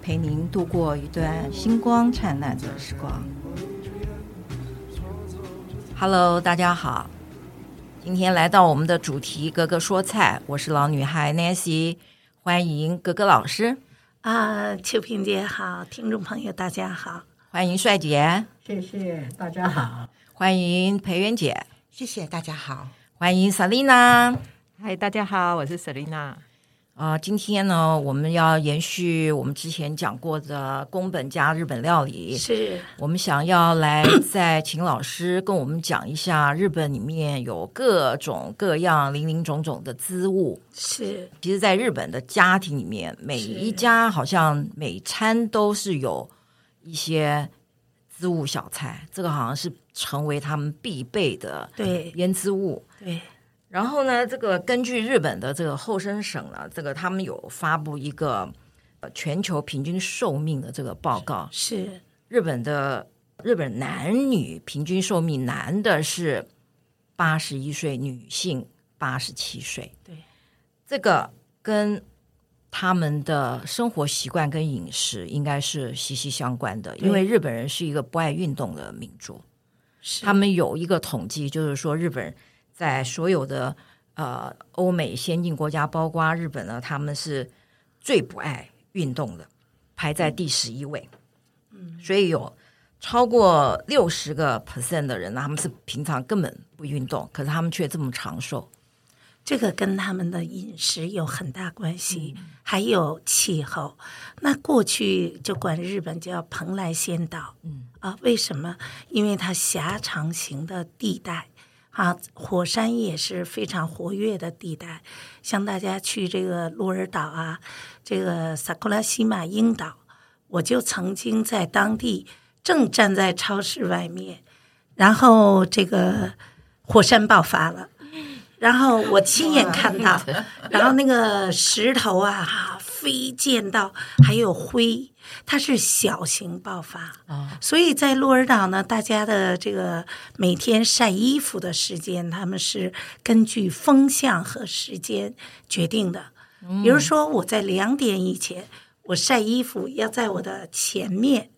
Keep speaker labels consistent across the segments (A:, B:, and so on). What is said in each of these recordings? A: 陪您度过一段星光灿烂的时光。Hello，大家好，今天来到我们的主题“格格说菜”，我是老女孩 Nancy，欢迎格格老师。
B: 啊，秋萍姐好，听众朋友大家好，
A: 欢迎帅姐，
C: 谢谢大家好，
A: 欢迎裴元姐，
D: 谢谢大家好，
A: 欢迎 Selina。
E: 嗨，大家好，我是 Selina。
A: 啊、今天呢，我们要延续我们之前讲过的宫本家日本料理，
B: 是
A: 我们想要来再请老师跟我们讲一下日本里面有各种各样、林林种种的滋物。
B: 是
A: 其实，在日本的家庭里面，每一家好像每餐都是有一些滋物小菜，这个好像是成为他们必备的
B: 对
A: 腌滋物。
B: 对
A: 然后呢，这个根据日本的这个厚生省呢，这个他们有发布一个呃全球平均寿命的这个报告，
B: 是
A: 日本的日本男女平均寿命，男的是八十一岁，女性八十七岁。
B: 对，
A: 这个跟他们的生活习惯跟饮食应该是息息相关的，因为日本人是一个不爱运动的民族。
B: 是
A: 他们有一个统计，就是说日本在所有的呃欧美先进国家，包括日本呢，他们是最不爱运动的，排在第十一位。嗯，所以有超过六十个 percent 的人呢，他们是平常根本不运动，可是他们却这么长寿。
B: 这个跟他们的饮食有很大关系，还有气候。那过去就管日本叫蓬莱仙岛，嗯啊，为什么？因为它狭长型的地带啊，火山也是非常活跃的地带。像大家去这个鹿儿岛啊，这个萨库拉西马樱岛，我就曾经在当地正站在超市外面，然后这个火山爆发了。然后我亲眼看到，然后那个石头啊啊飞溅到，还有灰，它是小型爆发。
A: 哦
B: 所以在鹿儿岛呢，大家的这个每天晒衣服的时间，他们是根据风向和时间决定的。
A: 嗯
B: 比如说，我在两点以前，我晒衣服要在我的前面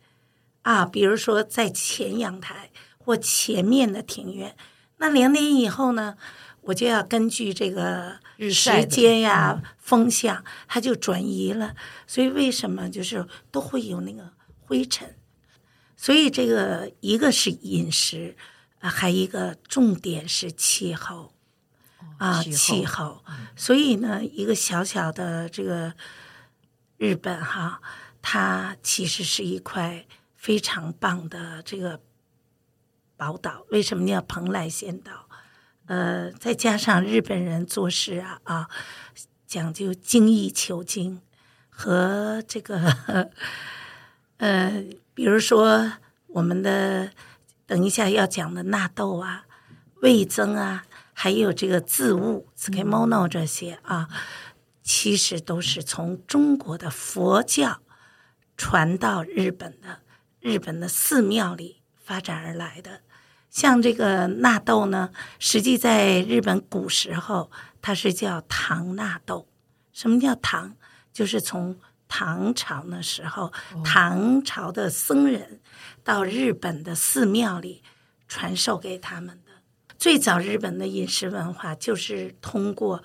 B: 啊，比如说在前阳台或前面的庭院。那两点以后呢，我就要根据这个
A: 日晒
B: 时
A: 的嗯
B: 间呀、风向，它就转移了。所以为什么就是都会有那个灰尘？所以这个一个是饮食，啊，还一个重点是气候。啊，
A: 气候
B: 气候，所以呢，一个小小的这个日本哈，它其实是一块非常棒的这个宝岛。为什么叫蓬莱仙岛？呃，再加上日本人做事啊啊，讲究精益求精和这个呃，比如说我们的等一下要讲的纳豆啊、味增啊，还有这个渍物 （skemono） 这些啊，其实都是从中国的佛教传到日本的，日本的寺庙里发展而来的。像这个纳豆呢，实际在日本古时候它是叫糖纳豆。什么叫唐？就是从唐朝那时候，唐朝的僧人到日本的寺庙里传授给他们的。最早日本的饮食文化就是通过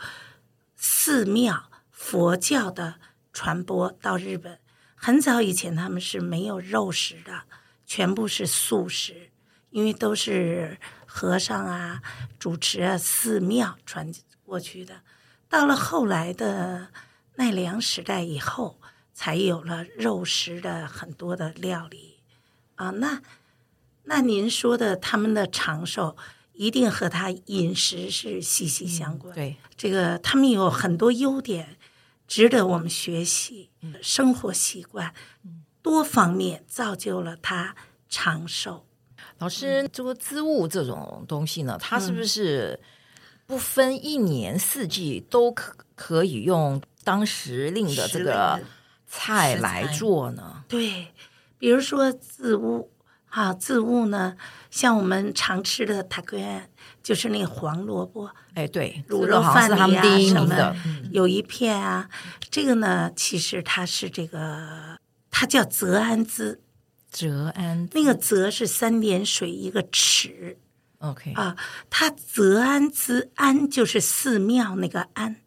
B: 寺庙佛教的传播到日本。很早以前，他们是没有肉食的，全部是素食，因为都是和尚啊、主持啊、寺庙传过去的。到了后来的奈良时代以后，才有了肉食的很多的料理啊。那那您说的他们的长寿，一定和他饮食是息息相关。
A: 嗯对，
B: 这个他们有很多优点，值得我们学习。生活习惯，多方面造就了他长寿。
A: 老师，这个织物这种东西呢，它是不
B: 嗯
A: 是不分一年四季都可可以用当时令的这个菜来做呢？
B: 对，比如说自物啊，自物呢，像我们常吃的塔克宴，就是那黄萝卜
A: 哎，对，
B: 卤
A: 这个
B: 肉
A: 好像
B: 饭
A: 是他
B: 里
A: 们
B: 啊
A: 第一
B: 什
A: 名
B: 么
A: 的，嗯
B: 有一片啊，这个呢，其实它是这个，它叫泽安滋，
A: 泽安
B: 那个泽是三点水一个尺，
A: OK
B: 啊，它泽安之安就是寺庙那个安，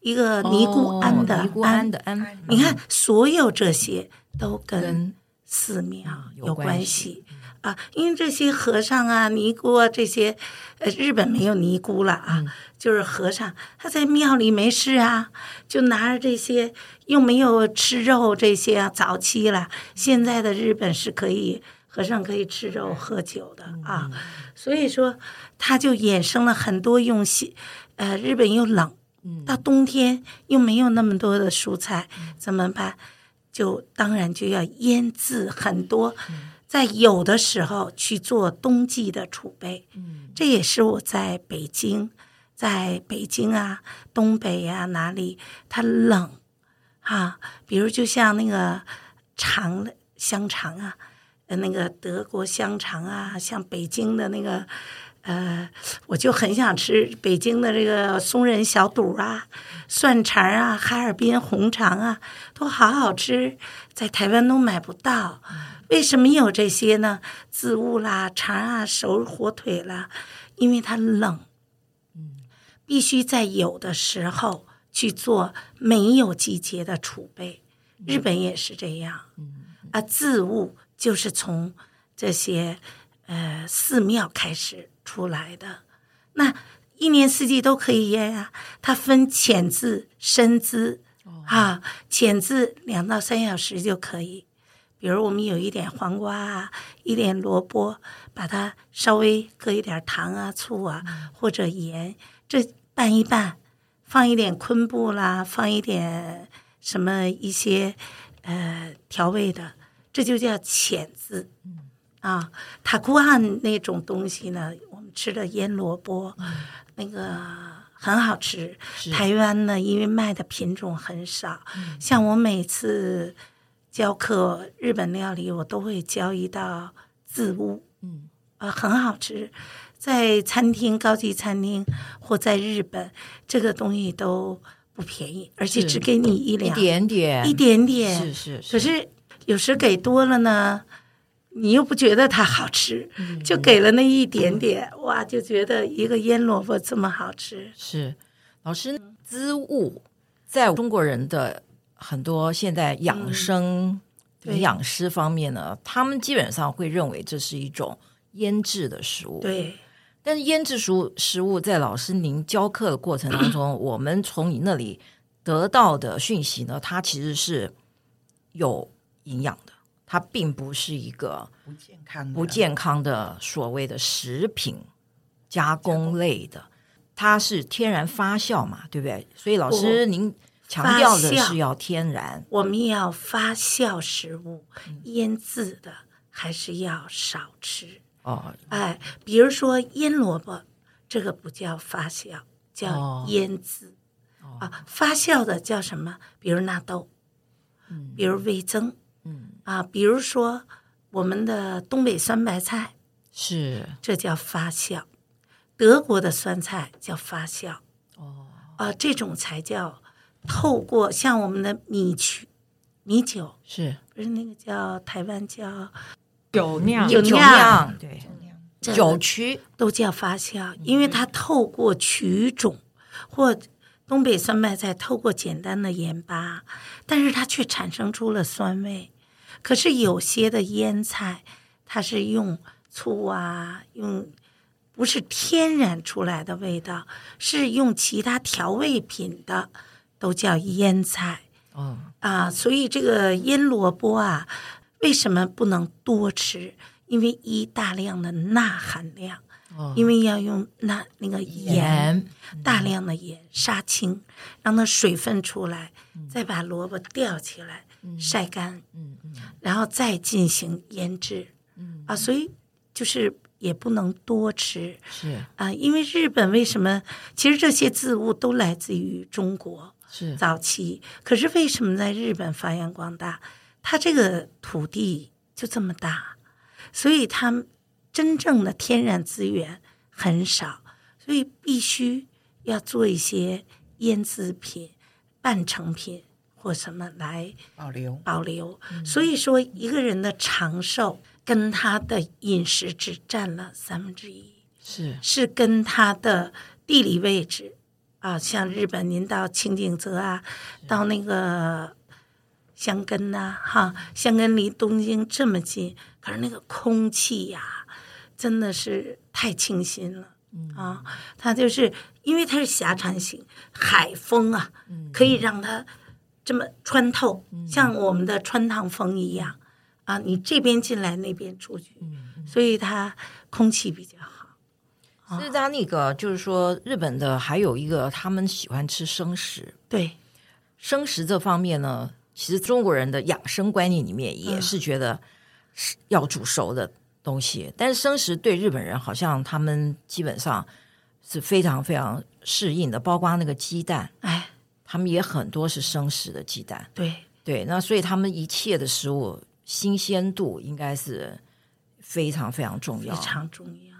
B: 一个尼姑庵的
A: 哦尼姑
B: 庵
A: 庵。的庵，
B: 你看，所有这些都跟
A: 跟
B: 寺庙
A: 有
B: 有
A: 关
B: 关
A: 系嗯
B: 系啊，因为这些和尚啊、尼姑啊这些，呃，日本没有尼姑了啊，
A: 嗯
B: 就是和尚他在庙里没事啊，就拿着这些，又没有吃肉这些啊，早期了，现在的日本是可以和尚可以吃肉喝酒的
A: 嗯
B: 啊，所以说他就衍生了很多用西，呃，日本又冷，
A: 嗯
B: 到冬天又没有那么多的蔬菜，怎么办？就当然就要腌制很多，在有的时候去做冬季的储备。这也是我在北京，在北京啊、东北啊哪里，它冷啊，比如就像那个肠的香肠啊，呃，那个德国香肠啊，像北京的那个。呃，我就很想吃北京的这个松仁小肚啊，蒜肠啊，哈尔滨红肠啊，都好好吃，在台湾都买不到。为什么有这些呢？自物啦、肠啊、熟火腿啦，因为它冷，必须在有的时候去做没有季节的储备。日本也是这样，啊，自物就是从这些呃寺庙开始出来的，那一年四季都可以腌啊。它分浅渍、深渍啊，浅渍两到三小时就可以。比如我们有一点黄瓜啊，一点萝卜，把它稍微搁一点糖啊、醋啊或者盐，这拌一拌，放一点昆布啦，放一点什么一些呃调味的，这就叫浅渍。啊，塔库汉那种东西呢，我们吃的腌萝卜，那个很好吃。台湾呢，因为卖的品种很少，像我每次教课日本料理，我都会教一道自物，嗯，啊，很好吃。在餐厅、高级餐厅或在日本，这个东西都不便宜，而且
A: 是
B: 只给你一
A: 一
B: 两
A: 点点，
B: 一点点，
A: 是是
B: 可
A: 是，
B: 是有时给多了呢，你又不觉得它好吃，
A: 嗯
B: 就给了那一点点，哇，就觉得一个腌萝卜这么好吃。
A: 是老师，织物在中国人的很多现在养生、
B: 嗯对
A: 营养师方面呢，他们基本上会认为这是一种腌制的食物。，
B: 对，
A: 但是腌制食物食物在老师您教课的过程当中，我们从你那里得到的讯息呢，它其实是有营养的，它并不是一个
C: 不健康的，
A: 不健康的所谓的食品加工类的，它是天然发酵嘛，对不对？所以老师您强调的
B: 发酵
A: 是要天然，
B: 我们要发酵食物，
A: 嗯
B: 腌制的还是要少吃。
A: 哦，
B: 哎，比如说腌萝卜，这个不叫发酵，
A: 哦
B: 叫腌制。啊，发酵的叫什么？比如纳豆，比如味增，嗯啊，比如说我们的东北酸白菜，
A: 是
B: 这叫发酵；德国的酸菜叫发酵。哦，啊，这种才叫透过像我们的米曲、米酒，
A: 是
B: 不是那个叫台湾叫
E: 酒酿
B: 酒
A: 酒
B: 酿
A: 酿，对酒曲
B: 都叫发酵，因为它透过曲种或东北酸白菜透过简单的盐巴，但是它却产生出了酸味。可是有些的腌菜，它是用醋啊，用不是天然出来的味道，是用其他调味品的，都叫腌菜。
A: 哦，
B: 啊，所以这个腌萝卜啊，为什么不能多吃？因为一大量的钠含量，因为要用钠那个盐，
A: 盐
B: 大量的盐杀青，让它水分出来，再把萝卜吊起来晒干，然后再进行腌制。嗯啊，所以就是也不能多吃
A: 是
B: 啊，因为日本为什么？其实这些字物都来自于中国
A: 是
B: 早期，可是为什么在日本发扬光大？它这个土地就这么大，所以他们真正的天然资源很少，所以必须要做一些腌制品、半成品或什么来
E: 保留
B: 保留。所以说，一个人的长寿跟他的饮食只占了三分之一，
A: 是
B: 是跟他的地理位置啊，像日本，您到青井泽啊，到那个箱根呐、哈，箱根离东京这么近，可是那个空气呀、真的是太清新了。啊，它就是因为它是狭长型，海风啊，可以让它这么穿透，像我们的穿堂风一样啊，你这边进来，那边出去，所以它空气比较好。
A: 是他那个就是说日本的还有一个他们喜欢吃生食，
B: 对，
A: 生食这方面呢，其实中国人的养生观念里面
B: 嗯
A: 也是觉得是要煮熟的东西，但是生食对日本人好像他们基本上是非常非常适应的，包括那个鸡蛋，
B: 哎，
A: 他们也很多是生食的鸡蛋。
B: 对，
A: 对，那所以他们一切的食物新鲜度应该是非常非常重
B: 非
A: 要。
B: 常重要。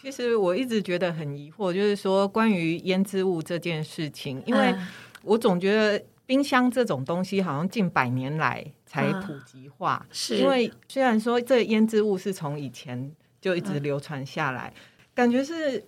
E: 其实我一直觉得很疑惑，就是说关于腌制物这件事情，因为
B: 嗯
E: 我总觉得冰箱这种东西好像近百年来才
B: 啊
E: 普及化，
B: 是
E: 因为虽然说这腌制物是从以前就一
B: 嗯
E: 直流传下来，感觉是。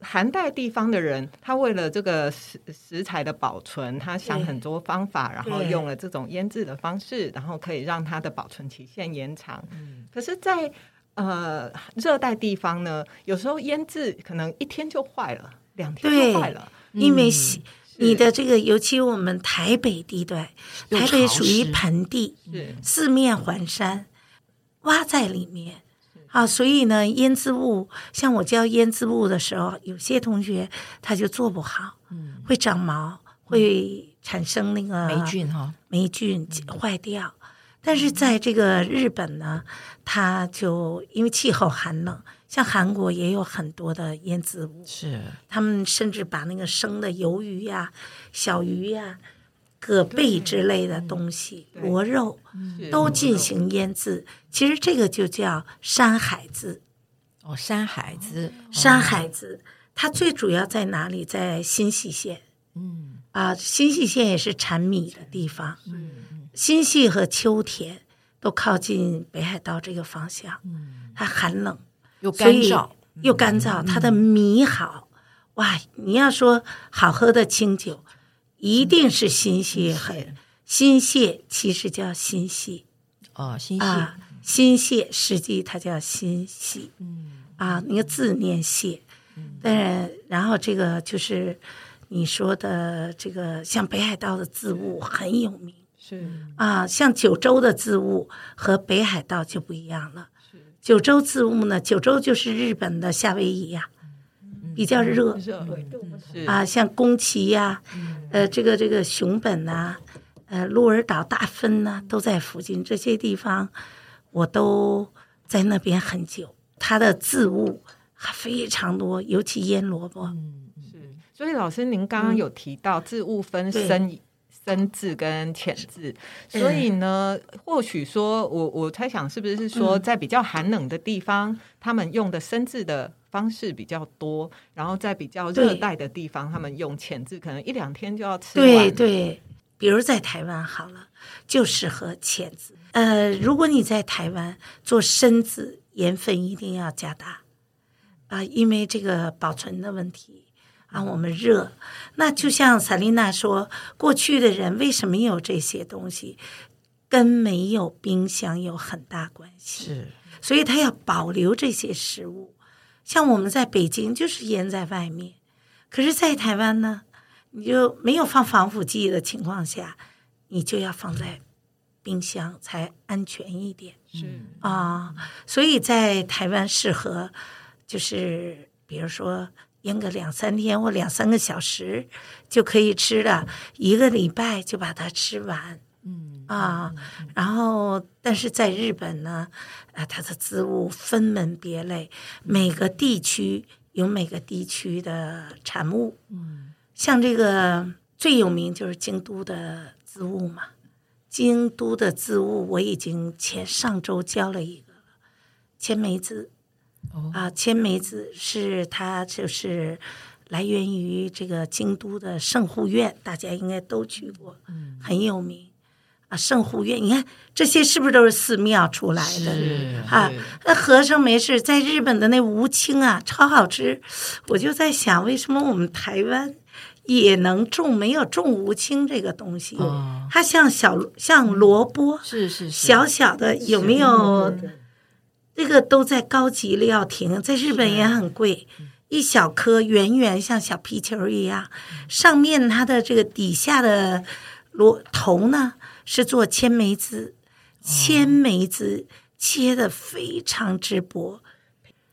E: 寒带地方的人，他为了这个食食材的保存，他想
B: 对
E: 很多方法，然后
B: 对
E: 用了这种腌制的方式，然后可以让它的保存期限延长。
B: 嗯
E: 可是在，呃热带地方呢，有时候腌制可能一天就坏了，两天
B: 对
E: 就坏了。
A: 嗯
B: 因为西你的这个，尤其我们台北地段，
A: 又
B: 台北
A: 潮
B: 属于
A: 湿
B: 盆地，
E: 是
B: 四面环山，挖在里面啊，所以呢，腌制物像我教腌制物的时候，有些同学他就做不好，会长毛，会产生那个
A: 嗯霉菌哈、
B: 霉菌坏掉。但是在这个日本呢，它就因为气候寒冷，像韩国也有很多的腌制物，
A: 是
B: 他们甚至把那个生的鱿鱼呀、小鱼呀、蛤贝之类的东西、
E: 对
B: 螺肉
E: 是
B: 都进行腌制。其实这个就叫山海制，
A: 哦，山海子，
B: 山海制它最主要在哪里？在新舄县
A: 嗯，
B: 啊，新舄县也是产米的地方。
A: 嗯
B: 新舄和秋田都靠近北海道这个方向，它寒冷，
A: 嗯又
B: 所
A: 干
B: 以
A: 燥，嗯
B: 又干燥，它的米好，哇！你要说好喝的清酒，一定是新泻很新泻，其实叫新泻
A: 哦，新系、
B: 啊，新泻实际它叫新泻，啊，那个字念泻，但然后这个就是你说的这个，像北海道的字物很有名。
E: 是
B: 啊，像九州的字物和北海道就不一样了。九州字物呢，九州就是日本的夏威夷呀、比较热
E: 热纬度是
B: 啊，像宫崎呀、呃，这个这个熊本呐、呃，鹿儿岛、大分呐、都在附近这些地方，我都在那边很久。它的字物还非常多，尤其腌萝卜，
E: 是。所以老师，您刚刚有提到置物分
B: 嗯对
E: 深深字跟浅字，所以呢，或许说我我猜想是不是
B: 嗯
E: 说在比较寒冷的地方，他们用的深字的。方式比较多，然后在比较热
B: 对
E: 带的地方，他们用浅字，可能一两天就要吃完
B: 对
E: 了。
B: 对，比如在台湾好了，就适合浅子。呃，如果你在台湾做深子，盐分一定要加大啊、因为这个保存的问题啊，我们热。那就像萨琳娜说，过去的人为什么有这些东西，跟没有冰箱有很大关系。
A: 是
B: 所以他要保留这些食物。像我们在北京就是腌在外面，可是，在台湾呢，你就没有放防腐剂的情况下，你就要放在冰箱才安全一点
E: 是
B: 啊。所以在台湾适合，就是比如说腌个两三天或两三个小时就可以吃了，一个礼拜就把它吃完。嗯啊，然后但是在日本呢，啊，它的织物分门别类，每个地区有每个地区的产物。嗯，像这个最有名就是京都的织物嘛，京都的织物我已经前上周教了一个千梅子。
A: 哦
B: 啊，千梅子是它就是来源于这个京都的圣护院，大家应该都去过，
A: 嗯
B: 很有名啊。圣护院，你看这些是不是都是寺庙出来的啊？那和尚没事，在日本的那无青啊，超好吃。我就在想，为什么我们台湾也能种，没有种无青这个东西？它像小像萝卜，
A: 啊是是是，
B: 小小的，有没有？这个都在高级料亭，在日本也很贵，一小颗圆圆像小皮球一样，上面它的这个底下的螺头呢是做千枚
D: 哦
B: 枝，千枚枝切的非常之薄，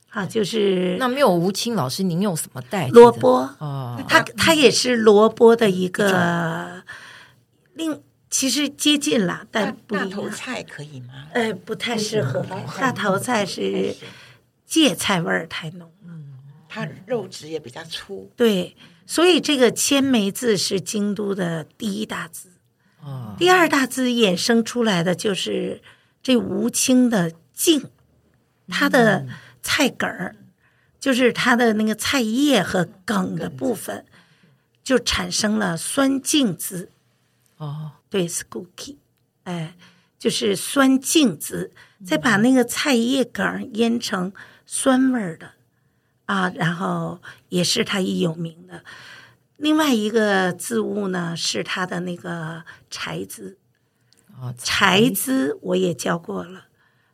B: 啊，就是
A: 那没有吴清老师，您用什么代替的
B: 萝卜，
A: 哦，
B: 它
D: 嗯
B: 它也是萝卜的一个另，其实接近啦，但不一
D: 大
B: 样。
D: 头菜可以吗？
B: 呃，不太适合。大头菜是芥菜味儿太浓，
D: 它肉质也比较粗，
B: 对，所以这个千枚字是京都的第一大字，第二大字衍生出来的就是这吴清的茎，它的菜梗儿，就是它的那个菜叶和梗的部分，就产生了酸茎字。
A: 哦，
B: 对 s c o o k y 哎，就是酸茎子，再把那个菜叶梗儿腌成酸味儿的啊，然后也是它一有名的。另外一个字物呢是它的那个柴枝，
A: 哦
B: 柴枝我也教过了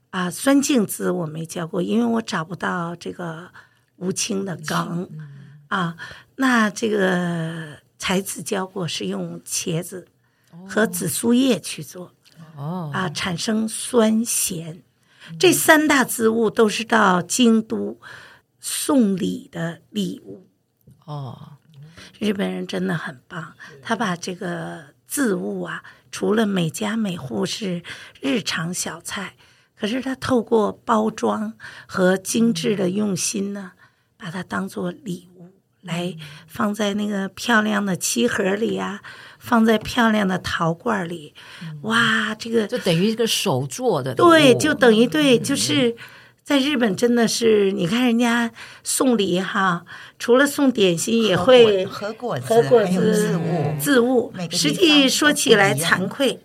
B: 啊，酸茎枝我没教过，因为我找不到这个无青的梗啊。那这个柴枝教过是用茄子和紫苏叶去做
A: 哦，嗯
B: 啊，产生酸咸。这三大植物都是到京都送礼的礼物。
A: 哦，
B: 日本人真的很棒，他把这个渍物啊，除了每家每户是日常小菜，可是他透过包装和精致的用心
A: 嗯
B: 呢，把它当做礼物来放在那个漂亮的漆盒里啊，放在漂亮的陶罐里，
A: 嗯
B: 哇，这个
A: 就等于一个手做的礼物，嗯
B: 对，就等于对，就是在日本真的是，你看人家送礼哈，除了送点心，也会
D: 和果子，
B: 和果
D: 还有
B: 子嗯
D: 渍物，
B: 自物
D: 嗯每。个地
B: 实际
D: 方
B: 说
D: 都
B: 起
D: 不
B: 来
D: 一样嗯
B: 惭愧。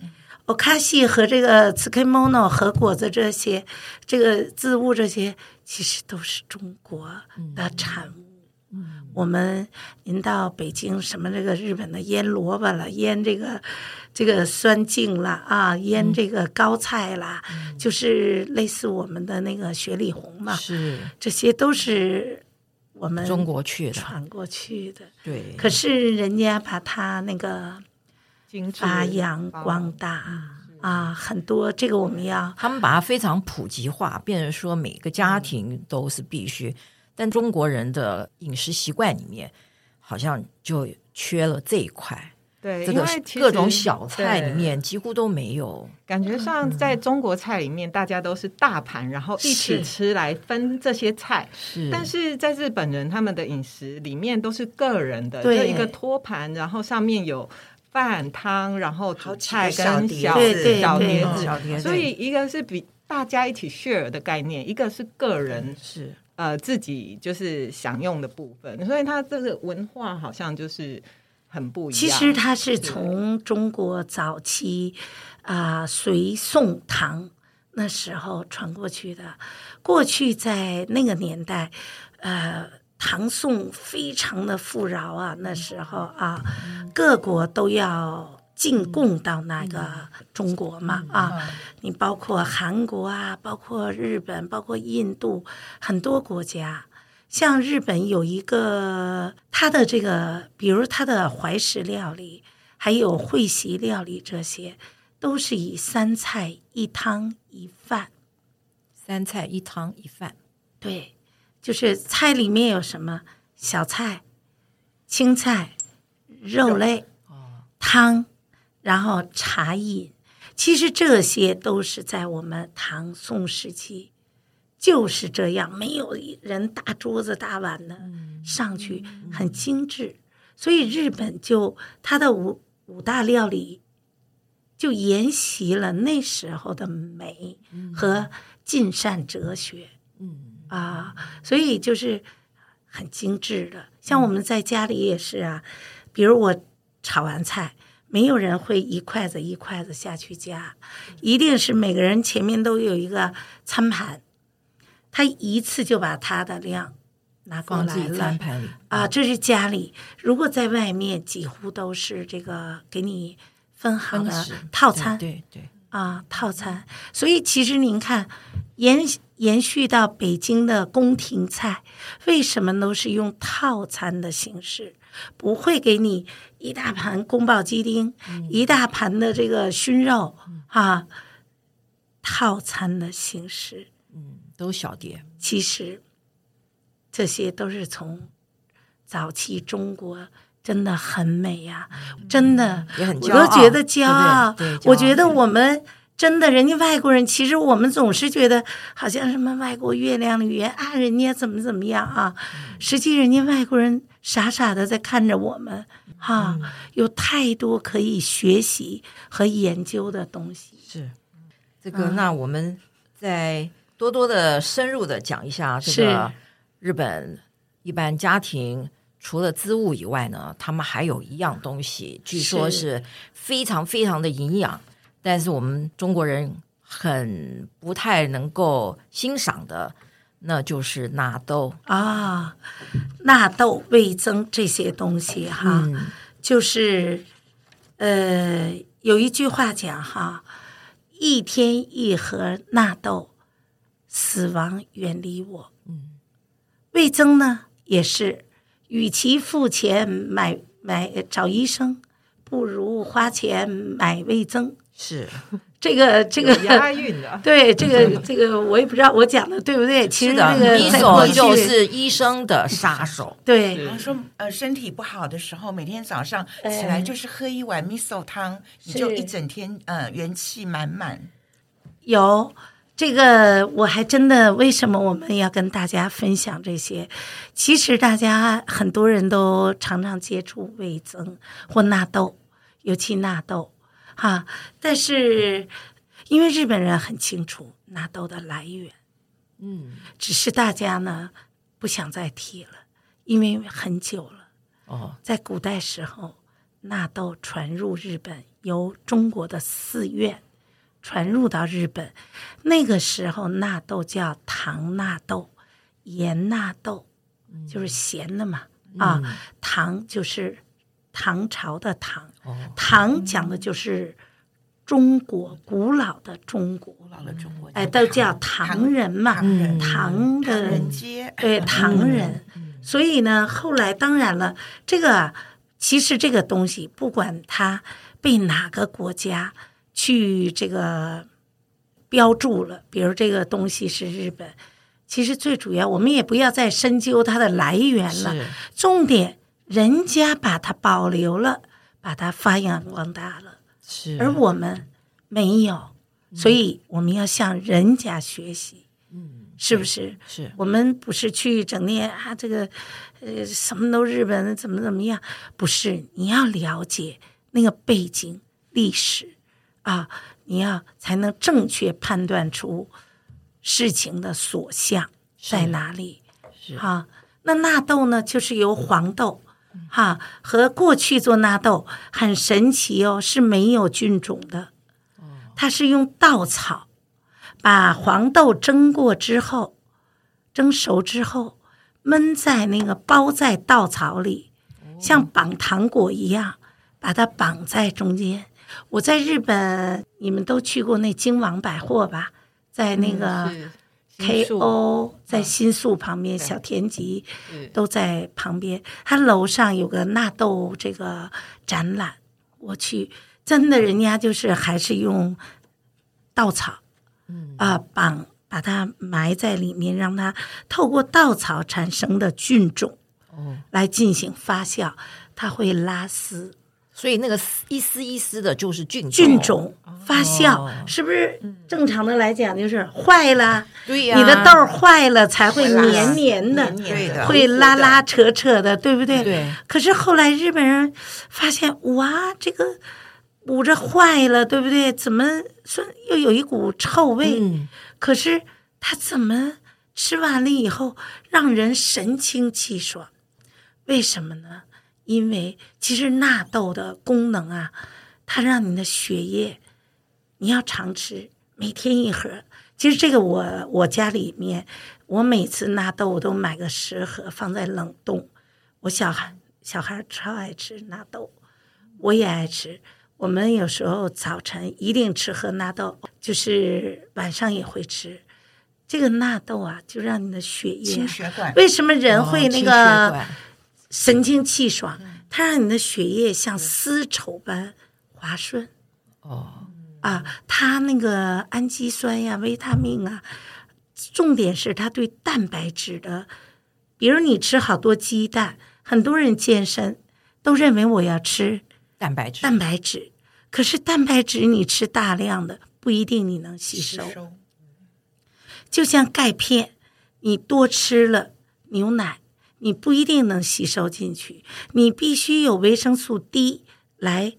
B: o k a s i 和这个 tsukemono 和果子这些，这个自物这些，其实都是中国的
D: 嗯
B: 产物。我们您到北京什么这个日本的腌萝卜了，腌这个这个酸茎了啊，
D: 嗯
B: 腌这个高菜啦，就是类似我们的那个雪里红嘛，
A: 是
B: 这些都是我们
A: 中国去的，
B: 传过去的。
A: 对，
B: 可是人家把它那个
E: 精致
B: 发扬光大啊，很多这个我们要
A: 他们把它非常普及化，变成说每个
B: 嗯
A: 家庭都是必须。但中国人的饮食习惯里面，好像就缺了这一块。
E: 哦对，
A: 这
E: 因
A: 个
E: 为其实
A: 各种小菜里
E: 对
A: 面几乎都没有。
E: 感觉上，在中国菜里面，大家都是大盘，然后一起
B: 是
E: 吃来分这些菜。
A: 是
E: 但是在日本人他们的饮食里面都是个人的，
B: 对
E: 就一个托盘，然后上面有饭汤，然后主
D: 好几
E: 菜
D: 个小
E: 跟
D: 碟
E: 小
B: 对对
E: 小
B: 对
E: 碟
B: 嗯
E: 子。
A: 小碟子
E: 所以一个是比大家一起 share 的概念，一个是个人
A: 是
E: 呃自己就是享用的部分。所以它这个文化好像就是很不一样。
B: 其实它是从中国早期啊、隋宋唐那时候传过去的。过去在那个年代，呃，唐宋非常的富饶啊，那时候啊，各国都要进贡到那个中国嘛啊，你包括韩国啊，包括日本，包括印度，很多国家。像日本有一个它的这个，比如它的怀石料理，还有会席料理这些，都是以三菜一汤一饭。
A: 三菜一汤一饭，
B: 对，就是菜里面有什么小菜、青菜、肉类、汤，然后茶饮。其实这些都是在我们唐宋时期就是这样，没有人大桌子大碗的上去，很精致。所以日本就它的五五大料理就沿袭了那时候的美
A: 嗯
B: 和尽善哲学。嗯啊，所以就是很精致的。像
A: 嗯
B: 我们在家里也是啊，比如我炒完菜，没有人会一筷子一筷子下去夹，
A: 嗯
B: 一定是每个人前面都有一个餐盘，他一次就把他的量拿过
A: 放
B: 来
A: 自己
B: 了
A: 餐。盘里，
B: 啊，这是家里。如果在外面，几乎都是这个给你分好
A: 分
B: 的
A: 食
B: 套餐
A: 对对对
B: 啊，套餐。所以其实您看，延延续到北京的宫廷菜，为什么都是用套餐的形式？不会给你一大盘宫保鸡丁，
A: 嗯
B: 一大盘的这个熏肉啊，套餐的形式。
A: 都小碟，
B: 其实这些都是从早期中国真的很美呀、真的，
A: 也嗯很
B: 我
A: 骄傲
B: 都觉得骄
A: 对
B: 傲。
A: 不对对骄傲
B: 我觉得我们真的，人家外国人，其实我们总是觉得好像什么外国月亮的圆啊，人家怎么怎么样啊，
A: 嗯
B: 实际人家外国人傻傻的在看着我们。哈、
A: 嗯
B: 有太多可以学习和研究的东西。
A: 是这个。
B: 嗯
A: 那我们再多多的深入的讲一下啊这个
B: 是
A: 日本一般家庭。除了织物以外呢，他们还有一样东西，据说是非常非常的营养，但是我们中国人很不太能够欣赏的，那就是纳豆。
B: 啊，纳豆、味增这些东西哈，
A: 嗯
B: 就是呃，有一句话讲哈，一天一盒纳豆，死亡远离我。嗯，味增呢也是，与其付钱买买找医生，不如花钱买味增。
A: 是
B: 这个这个。
E: 有押韵的
B: 对这个这个我也不知道我讲的对不对，其
A: 是
B: 实
A: 的
B: 这个
A: 米
B: 在
A: 索
B: 过去
A: 就是医生的杀手。
B: 对。
D: 然后说，呃，身体不好的时候，每天早上起来就是喝一碗 miso 汤，你就一整天，呃，元气满满。
B: 有这个，我还真的为什么我们要跟大家分享这些？其实大家很多人都常常接触味增或纳豆，尤其纳豆哈、但是因为日本人很清楚纳豆的来源，
A: 嗯，
B: 只是大家呢不想再提了，因为很久了。
A: 哦，
B: 在古代时候，纳豆传入日本，由中国的寺院传入到日本。那个时候，纳豆叫糖纳豆、盐纳豆，就是咸的嘛。啊，唐就是唐朝的唐，唐讲的就是中国古老的中国，
D: 古老的中国，
B: 哎，都叫唐人嘛，
D: 唐人嗯
B: 唐
D: 唐
B: 的
D: 人街，
B: 对呃唐人。所以呢，后来当然了，这个啊其实这个东西，不管它被哪个国家去这个标注了，比如这个东西是日本，其实最主要我们也不要再深究它的来源了，
A: 是
B: 重点人家把它保留了，把它发扬光大了。
A: 是，
B: 而我们没有，所以我们要向人家学习，嗯，是不是？
A: 是
B: 我们不是去整天啊，这个呃什么都日本怎么怎么样，不是？你要了解那个背景历史啊，你要才能正确判断出事情的所向在哪里。啊，那纳豆呢，就是由黄豆。哈、和过去做纳豆很神奇哦，是没有菌种的，它是用稻草把黄豆蒸过之后，蒸熟之后，焖在那个包在稻草里，像绑糖果一样，把它绑在中间。我在日本，你们都去过那京王百货吧？在那个
E: 是新宿
B: KO 在新宿旁边，小田急
E: 是
B: 都在旁边。它楼上有个纳豆这个展览，我去，真的人家就是还是用稻草，啊、绑把它埋在里面，让它透过稻草产生的菌种，来进行发酵，它会拉丝，
A: 所以那个丝一丝一丝的就是菌
B: 菌种发酵，是不是正常的来讲就是坏了，
A: 对呀、
B: 你的豆儿坏了才会黏黏的，
D: 呃黏黏的
B: 会拉拉扯扯的，对不对？
A: 对。
B: 可是后来日本人发现，哇，这个捂着坏了，对不对？怎么说又有一股臭味？
A: 嗯
B: 可是它怎么吃完了以后让人神清气爽？为什么呢？因为其实纳豆的功能啊，它让你的血液，你要常吃，每天一盒。其实这个我我家里面，我每次纳豆我都买个十盒放在冷冻。我小孩小孩超爱吃纳豆，我也爱吃。我们有时候早晨一定吃喝纳豆，就是晚上也会吃。这个纳豆啊，就让你的血液
D: 清
B: 啊
D: 血管，
B: 为什么人会那
A: 哦清血
B: 个
A: 管
B: 神清气爽？它让你的血液像丝绸般滑顺。哦，啊，它那个氨基酸呀、维他命啊，重点是它对蛋白质的，比如你吃好多鸡蛋，很多人健身都认为我要吃
A: 蛋白质，
B: 蛋白质，可是蛋白质你吃大量的不一定你能吸
D: 吸
B: 收。
D: 收
B: 就像钙片，你多吃了牛奶，你不一定能吸收进去，你必须有维生素 D 来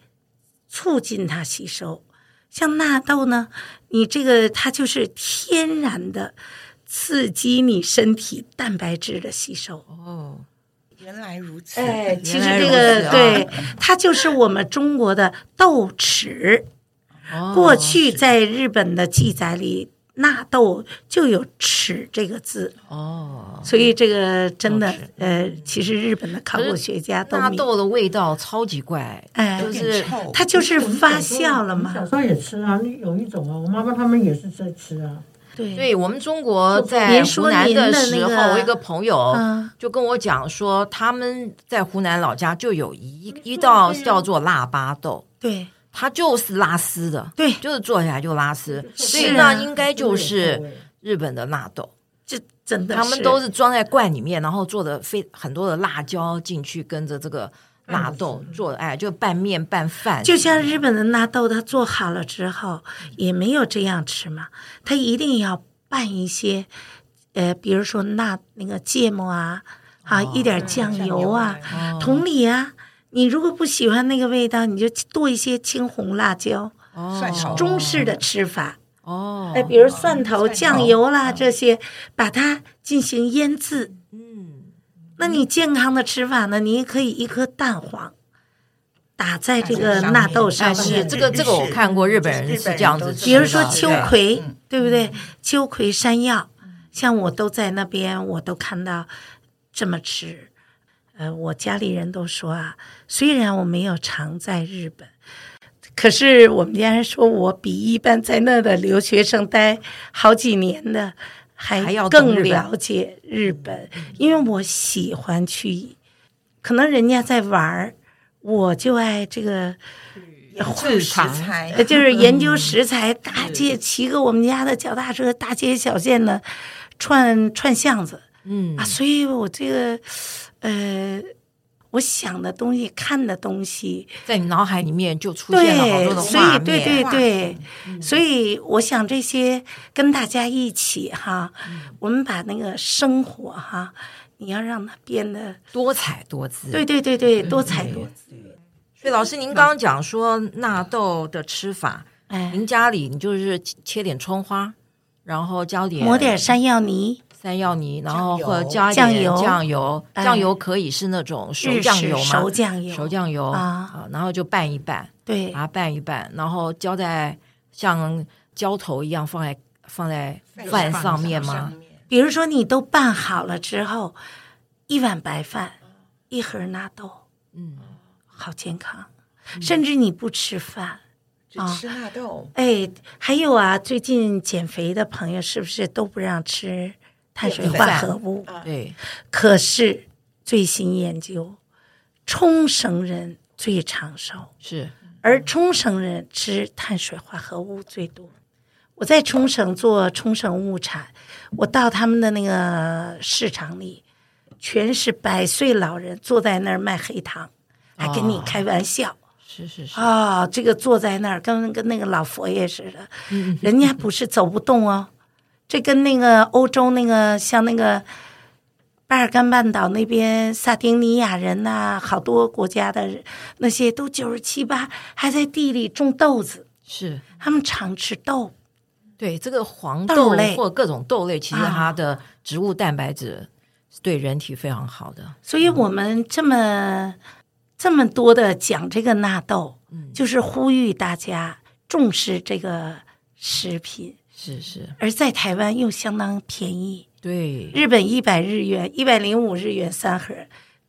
B: 促进它吸收。像纳豆呢，你这个它就是天然的刺激你身体蛋白质的吸收。
A: 哦，
D: 原来如此，
B: 哎，其实
A: 原来
B: 这
A: 如此
B: 个
A: 啊
B: 对，它就是我们中国的豆豉。
A: 哦
B: 过去在日本的记载里，纳豆就有“豉”这个字，
A: 哦，
B: 所以这个真的
A: 豆豉，
B: 呃，其实日本的考古学家都
A: 纳
B: 明
A: 豆的味道超级怪，
B: 哎
A: 就，
D: 有
A: 是
D: 点臭，
B: 它就是发酵了
C: 小
B: 嘛，
C: 时候也吃啊，有一种啊，我妈妈他们也是在吃啊。
B: 对，
A: 对我们中国在
B: 您说
A: 湖南
B: 您的
A: 时候，
B: 那个
A: 我一个朋友
B: 嗯
A: 就跟我讲说，他们在湖南老家就有一
B: 嗯
A: 一道叫做腊八豆，
B: 对，
A: 它就是拉丝的，
B: 对
A: 就是做起来就拉丝，所以
B: 是
A: 那
B: 啊
A: 应该就是
C: 对
A: 日本的纳豆，
B: 这真的
A: 他们都是装在罐里面，然后做的非很多的辣椒进去，跟着这个纳豆做的，哎，就拌面拌饭，
B: 就像日本的纳豆，它做好了之后也没有这样吃嘛，它一定要拌一些，呃，比如说纳那个芥末啊，啊，一点
A: 嗯
B: 酱油啊，
A: 哦
B: 同理啊，你如果不喜欢那个味道，你就剁一些青红辣椒，
A: 哦
D: 蒜头
B: 中式的吃法，
A: 哦，
B: 哎，比如蒜头、
D: 蒜头
B: 酱油啦这些，把它进行腌制。
A: 嗯，
B: 那你健康的吃法呢？你也可以一颗蛋黄打在这个纳豆上
A: 哎
D: 上
A: 是
B: 面
D: 面，
A: 这个这个我看过日本人
D: 日本人
A: 是这样
D: 都
A: 子
D: 这
A: 吃的，
D: 样
B: 比如说
D: 是的
B: 秋
A: 对
B: 葵
D: 嗯，
B: 对不对？秋葵山药，像我都在那边，我都看到这么吃。呃，我家里人都说啊，虽然我没有常在日本，可是我们家人说我比一般在那的留学生待好几年的
A: 还要懂
B: 还更
A: 日本嗯
B: 了解日本，因为我喜欢去，可能人家在玩儿，我就爱这个。
E: 市
D: 啊食
E: 场
D: 材
B: 呃，就是研
A: 嗯
B: 究食材，大街骑个我们家的脚踏车，大街小巷的串串巷子
A: 嗯
B: 啊，所以我这个呃，我想的东西，看的东西，
A: 在你脑海里面就出现了好多
B: 对，
A: 的
B: 所
A: 画
B: 以
A: 面，嗯
B: 对对
D: 画
B: 对，所以我想这些跟大家一起哈，
A: 嗯
B: 我们把那个生活哈，你要让它变得，
A: 多彩多姿。
B: 对，嗯对对
A: 嗯
B: 对，多彩多姿，
A: 所以老师您刚刚讲说纳豆的吃法，
B: 哎，
A: 您家里你就是切点葱花，然后浇点
B: 抹点山药泥，
A: 山药泥，然后
D: 酱油
A: 或者加一
B: 酱
A: 点
B: 油
A: 酱油，
B: 哎
A: 酱油可以是那种熟
B: 日
A: 酱
B: 式
A: 油嘛，
B: 熟酱油，
A: 熟酱油
B: 啊
A: 啊，然后就拌一拌，
B: 对
A: 把，它拌一拌，然后浇在像浇头一样放在放在饭上面吗？？
B: 比如说你都拌好了之后，一碗白饭，一盒纳豆，
A: 嗯，
B: 好健康。甚至你不吃饭，
D: 只吃纳豆，
B: 哎，还有啊，最近减肥的朋友是不是都不让吃碳水
A: 淀粉
B: 化合物？
A: 对，
B: 可是最新研究，冲绳人最长寿，
A: 是
B: 而冲绳人吃碳水化合物最多。我在冲绳做冲绳物产，我到他们的那个市场里，全是百岁老人坐在那儿卖黑糖，还跟你开玩笑。
A: 哦是是是，
B: 啊、这个坐在那儿跟跟那个老佛爷似的，
A: 嗯
B: 人家不是走不动哦，这跟那个欧洲那个像那个巴尔干半岛那边萨丁尼亚人呐、好多国家的人那些都九十七八，还在地里种豆子，
A: 是
B: 他们常吃豆，
A: 对这个黄
B: 豆
A: 豆
B: 类
A: 或各种豆类，其实
B: 啊
A: 它的植物蛋白质是对人体非常好的。
B: 所以我们这么这么多的讲这个纳豆，就是呼吁大家重视这个食品，
A: 是是，
B: 而在台湾又相当便宜。
A: 对，
B: 日本一百日元，一百零五日元三盒，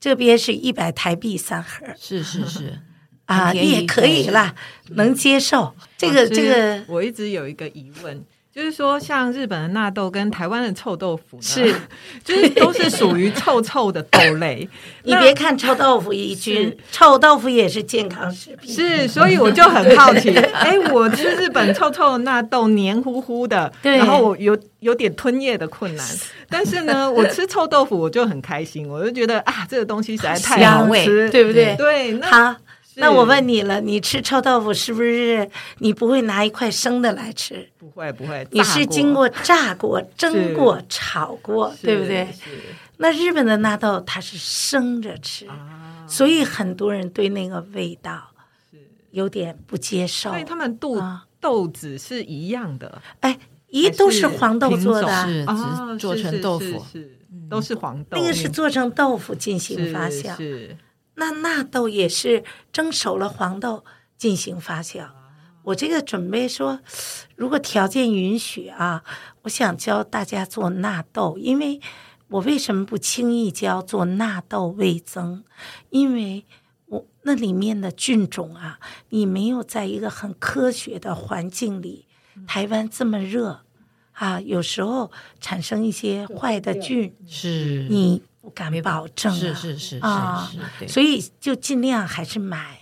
B: 这边是一百台币三盒
A: 是是 是，
B: 啊，
A: 很便宜
B: 也可以啦，能接受。这个
E: 啊其
B: 这
E: 实
B: 个
E: 我一直有一个疑问，就是说像日本的纳豆跟台湾的臭豆腐呢，
B: 是
E: 就是都是属于臭臭的豆类，
B: 你别看臭豆腐一军，臭豆腐也是健康食品。
E: 是，所以我就很好奇，哎、我吃日本臭臭的纳豆，黏糊糊的，
B: 对
E: 然后我有有点吞咽的困难，但 是呢，我吃臭豆腐我就很开心，我就觉得啊，这个东西实在太好
A: 香味
E: 吃，
B: 对不对
E: 对， 那
B: 好，那我问你了，你吃臭豆腐是不是你不会拿一块生的来吃？
E: 不会不会，
B: 你
E: 炸
B: 是经过炸过、蒸过、炒过，
E: 是
B: 对不对？
E: 是
B: 那日本的纳豆它是生着吃，
E: 啊，
B: 所以很多人对那个味道有点不接受
E: 所。以他们豆
B: 啊
E: 豆子是一样的，
B: 哎，一都是黄豆做的啊，嗯
A: 是
E: 哦
A: 只做
E: 是
A: 成
E: 是
A: 豆
E: 是
A: 腐，
E: 是都是黄豆，
B: 那个是做成豆腐进行
E: 是
B: 发酵。
E: 是
B: 那纳豆也是蒸熟了黄豆进行发酵。
A: 啊
B: 我这个准备说，如果条件允许啊，我想教大家做纳豆，因为我为什么不轻易教做纳豆味增？因为我那里面的菌种啊，你没有在一个很科学的环境里，
A: 嗯
B: 台湾这么热啊，有时候产生一些坏的菌，
A: 是
B: 你不敢保证、啊。
A: 是是是
B: 啊
A: 是是，对，
B: 所以就尽量还是买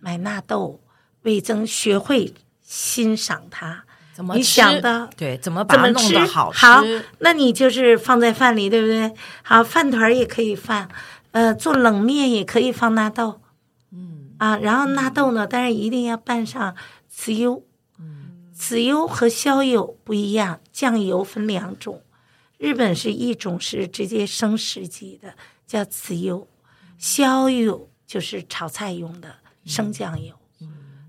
B: 买纳豆味增，学会欣赏它。
A: 怎么
B: 你
A: 吃
B: 想的
A: 对，怎么把
B: 怎
A: 它
B: 么
A: 弄
B: 吃
A: 得好
B: 好
A: 吃？，
B: 那你就是放在饭里，对不对？好，饭团儿也可以放，呃，做冷面也可以放纳豆，嗯啊，然后纳豆呢，但是一定要拌上豉油，豉油和香油不一样，酱油分两种，日本是一种是直接生食级的，叫豉油，香油就是炒菜用的生酱油，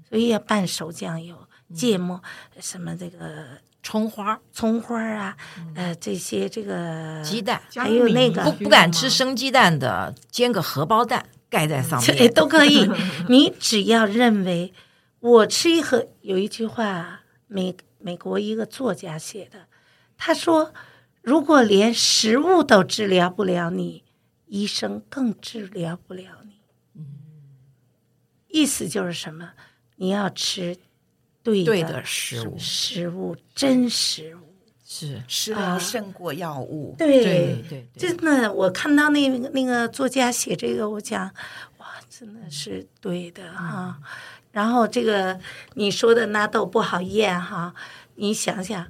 B: 所以要拌熟酱油，芥末什么这个。
A: 葱花、
B: 葱花儿啊，呃，这些这个
A: 鸡蛋，
B: 还有那个
A: 不 不敢吃生鸡蛋的，煎个荷包蛋盖在上
B: 这也哎
A: 面，
B: 都可以。你只要认为我吃一盒，有一句话，美美国一个作家写的，他说，如果连食物都治疗不了你，医生更治疗不了你。意思就是什么？你要吃对
A: 对
B: 的
A: 的食物
B: 食物，真食物。
A: 是，
D: 食
E: 啊
D: 疗胜过药物。
B: 对
A: 对对对，
B: 真的，我看到那个那个作家写这个，我讲，哇，真的是对的哈、
A: 嗯
B: 然后这个你说的纳豆不好咽哈，你想想，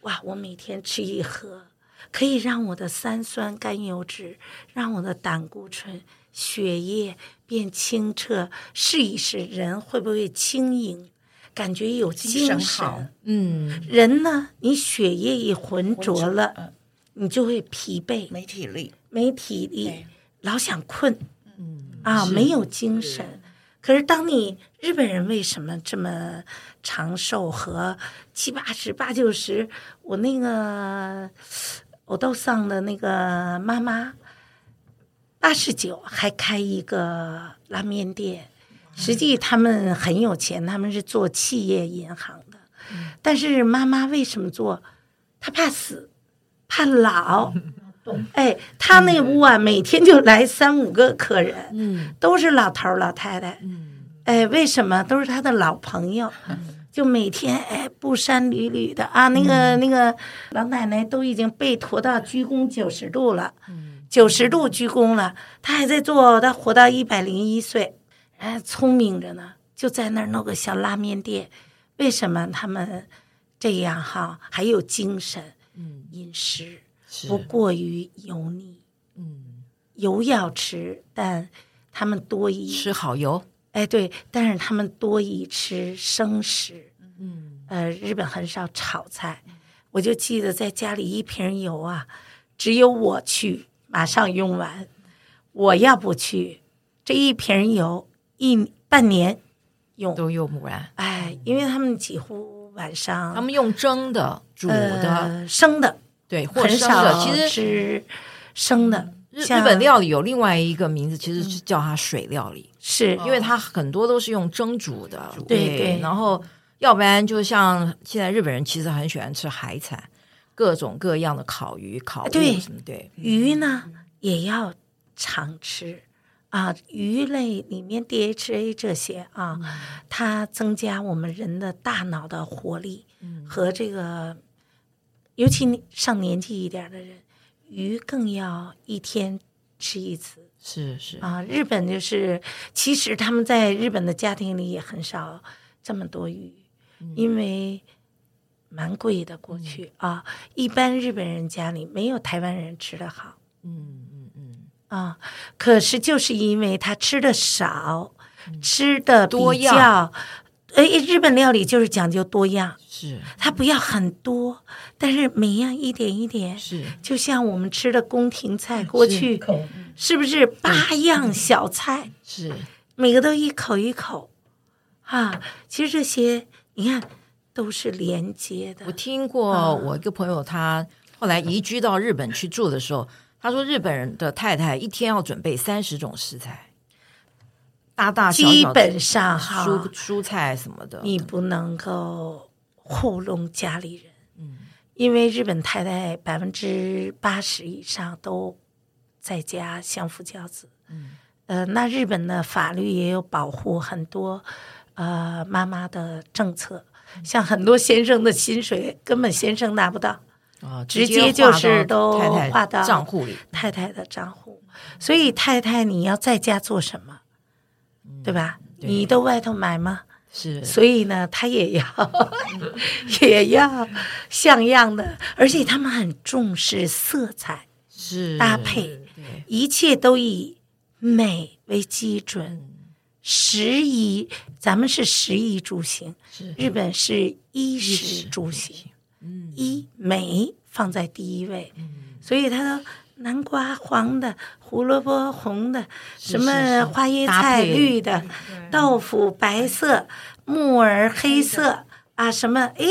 B: 哇，我每天吃一盒，可以让我的三酸甘油脂，让我的胆固醇、血液变清澈，试一试人会不会轻盈，感觉有
D: 精神好
A: 嗯，
B: 人呢，你血液一浑浊了，
D: 嗯
B: 你就会疲惫，
D: 没体力，
B: 没体力
D: 对，嗯
B: 老想困，啊，没有精神。可是当你日本人为什么这么长寿和七八十、八九十？我那个我豆上的那个妈妈，八十九还开一个拉面店。实际他们很有钱，他们是做企业银行的。但是妈妈为什么做？她怕死，怕老。哎，她那屋啊，每天就来三五个客人，嗯，都是老头儿老太太，嗯，哎，为什么都是他的老朋友？就每天哎，布衫缕缕的啊，那个、那个老奶奶都已经被驮到鞠躬九十度了，九十度鞠躬了，她还在做，她活到一百零一岁，哎，聪明着呢，就在那儿弄个小拉面店。为什么他们这样哈？还有精神，嗯，饮食
A: 是
B: 不过于油腻，嗯，油要吃，但他们多一
A: 吃好油，
B: 哎，对，但是他们多以吃生食，
A: 嗯，
B: 呃，日本很少炒菜。我就记得在家里一瓶油啊，只有我去，马上用完。我要不去，这一瓶油一半年用。
A: 都用不完。
B: 哎，因为他们几乎晚上
A: 他们用蒸的、煮的，
B: 啊呃生的
A: 对，或
B: 很
A: 生
B: 少
A: 的。其实嗯
B: 吃生的，
A: 日
B: 像嗯
A: 日本料理有另外一个名字，其实是叫它水料理，
B: 是
A: 因为它很多都是用蒸煮的。
B: 哦对对
A: 然后要不然就像现在日本人其实很喜欢吃海产，各种各样的烤鱼、烤物
B: 对
A: 什么，对，
B: 鱼呢也要常吃啊，鱼类里面 DHA 这些啊，它增加我们人的大脑的活力和这个，尤其你上年纪一点的人，鱼更要一天吃一次。
A: 是是。
B: 啊，日本就是，其实他们在日本的家庭里也很少这么多鱼，
A: 嗯
B: 因为蛮贵的。过去、啊，一般日本人家里没有台湾人吃的好，嗯嗯嗯，啊，可是就是因为他吃的少，吃的比
A: 嗯多样
B: 较，哎，日本料理就是讲究多样，
A: 是
B: 它不要很多，但是每样一点一点。
A: 是，啊
B: 就像我们吃的宫廷菜，过去
C: 一口
B: 是不
A: 嗯
B: 是八样小菜，
A: 是
B: 每个都一口一口啊？其实这些你看都是连接
A: 我
B: 的，
A: 听过我一个朋友，他后来移居到日本去住的时候，他说日本人的太太一天要准备三十种食材，大大小
B: 基
A: 小的
B: 本上哈，
A: 蔬蔬菜什么的，
B: 你不能够糊弄家里人，
A: 嗯
B: 因为日本太太百分之八十以上都在家相夫教子，
A: 嗯
B: 呃，那日本的法律也有保护很多呃妈妈的政策，
A: 嗯
B: 像很多先生的薪水根本先生拿不到，
A: 啊
B: 直
A: 接
B: 接就是都
A: 划到太
B: 划
A: 太
B: 到
A: 账户里，
B: 太太的账户，所以太太你要在家做什么，对吧？
A: 对
B: 你都外头买吗？
A: 是
B: 所以呢，他也要也要像样的，而且他们很重视色彩，
A: 是
B: 搭配，
A: 对
B: 一切都以美为基准。食衣，咱们是食衣住行，
A: 是
B: 日本是衣食住行，衣美放在第一位，所以他说南瓜黄的，胡萝卜红的，
A: 是
B: 什么花椰菜绿的，豆腐白色，木耳黑色啊，什么哎，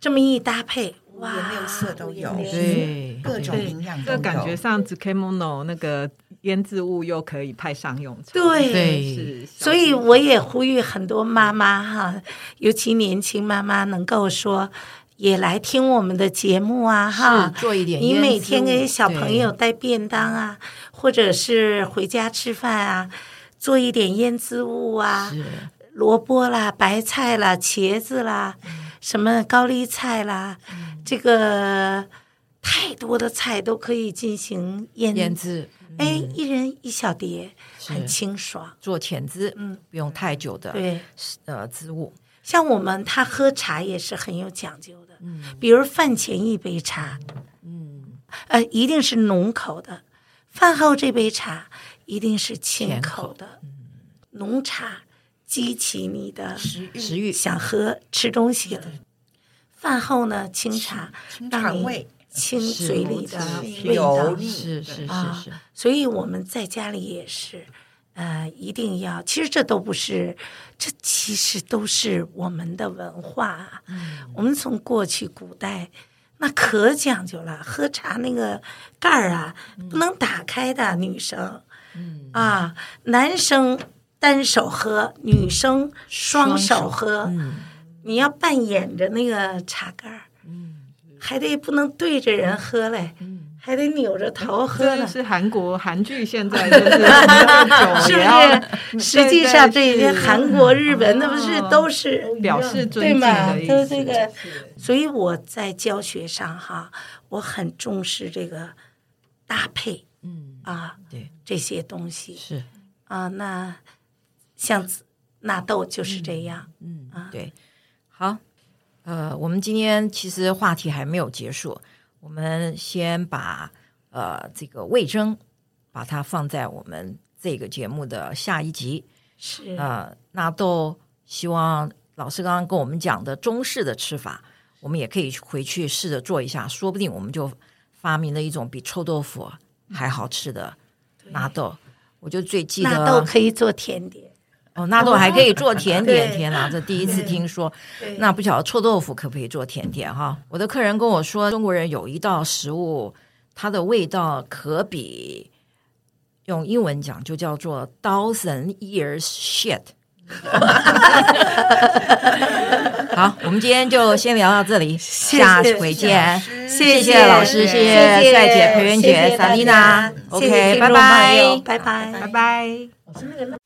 B: 这么一搭配，哇，
D: 颜六色都有，
A: 对
D: 各种营养都
E: 这
D: 有。
E: 感觉上 z k i m o n o 那个腌制物又可以派上用场。
B: 对
A: 对
E: 是小
B: 所以
E: 心
B: 我也呼吁很多妈妈哈，尤其年轻妈妈能够说也来听我们的节目啊哈。
A: 是做一点
B: 你
A: 腌
B: 每
A: 制
B: 天给
A: 物
B: 小朋友带便当啊，或者是回家吃饭啊，做一点腌制物啊，
A: 是
B: 萝卜啦、白菜啦、茄子啦，
A: 嗯
B: 什么高丽菜啦，这个太多的菜都可以进行腌
A: 腌。制，
B: 哎，一人一小碟，很
A: 是
B: 清爽。
A: 做浅汁，嗯，不用太久的
B: 对，
A: 呃滋物，
B: 像我们他喝茶也是很有讲究的，比如饭前一杯茶，嗯，呃，一定是浓口的；饭后这杯茶一定是清口的。浓茶激起你的
A: 食欲
B: 想喝吃东西的；饭后呢，清茶
D: 清
B: 让
D: 肠
B: 你
D: 胃
B: 清
A: 是
B: 嘴里的味道
D: 油。腻，
A: 是是是
B: 啊
A: 是，
B: 所以我们在家里也是，呃，一定要。其实这都不是，这其实都是我们的文化啊。我们从过去古代那可讲究了，喝茶那个盖儿啊，不能打开的，女生。啊，男生单手喝，女生双手嗯喝。你要半掩着那个茶盖儿，还得不能对着人喝嘞，还得扭着头喝
E: 这
B: 呢
E: 就。是韩国韩剧现在就是喝
B: 是
E: 酒
B: 不
E: 也要
B: 是？实际上，这些
E: 是
B: 韩国、日本，那不是
A: 哦
B: 都是
E: 表示尊
B: 对
E: 敬
B: 嘛？
E: 的意
B: 都
E: 思。
B: 这个，所以我在教学上哈，我很重视这个搭配
A: 嗯，
B: 啊，
A: 对，
B: 这些东西
A: 是。
B: 啊。那像纳豆就是这样，
A: 嗯
B: 啊，
A: 对，好，呃，我们今天其实话题还没有结束，我们先把呃这个魏征把它放在我们这个节目的下一集，
B: 是
A: 呃，纳豆希望老师刚刚跟我们讲的中式的吃法，我们也可以回去试着做一下，说不定我们就发明了一种比臭豆腐还好吃的纳豆。我就最记得啊
B: 纳豆可以做甜点，
A: 哦，纳豆还可以做甜点，
B: 对
A: 天哪，这第一次听说。那不晓得臭豆腐可不可以做甜点哈？我的客人跟我说，中国人有一道食物，它的味道可比用英文讲就叫做 thousand years shit。好，我们今天就先聊到这里，
B: 谢
A: 下回见。
B: 谢
A: 谢老师谢谢
B: 谢
A: 赛姐裴元
B: 谢
A: 姐
B: 谢大
A: Salina
B: 家
A: OK，
B: 谢谢听众
A: 拜拜
B: 朋友拜拜
E: 拜拜。
C: 老师那个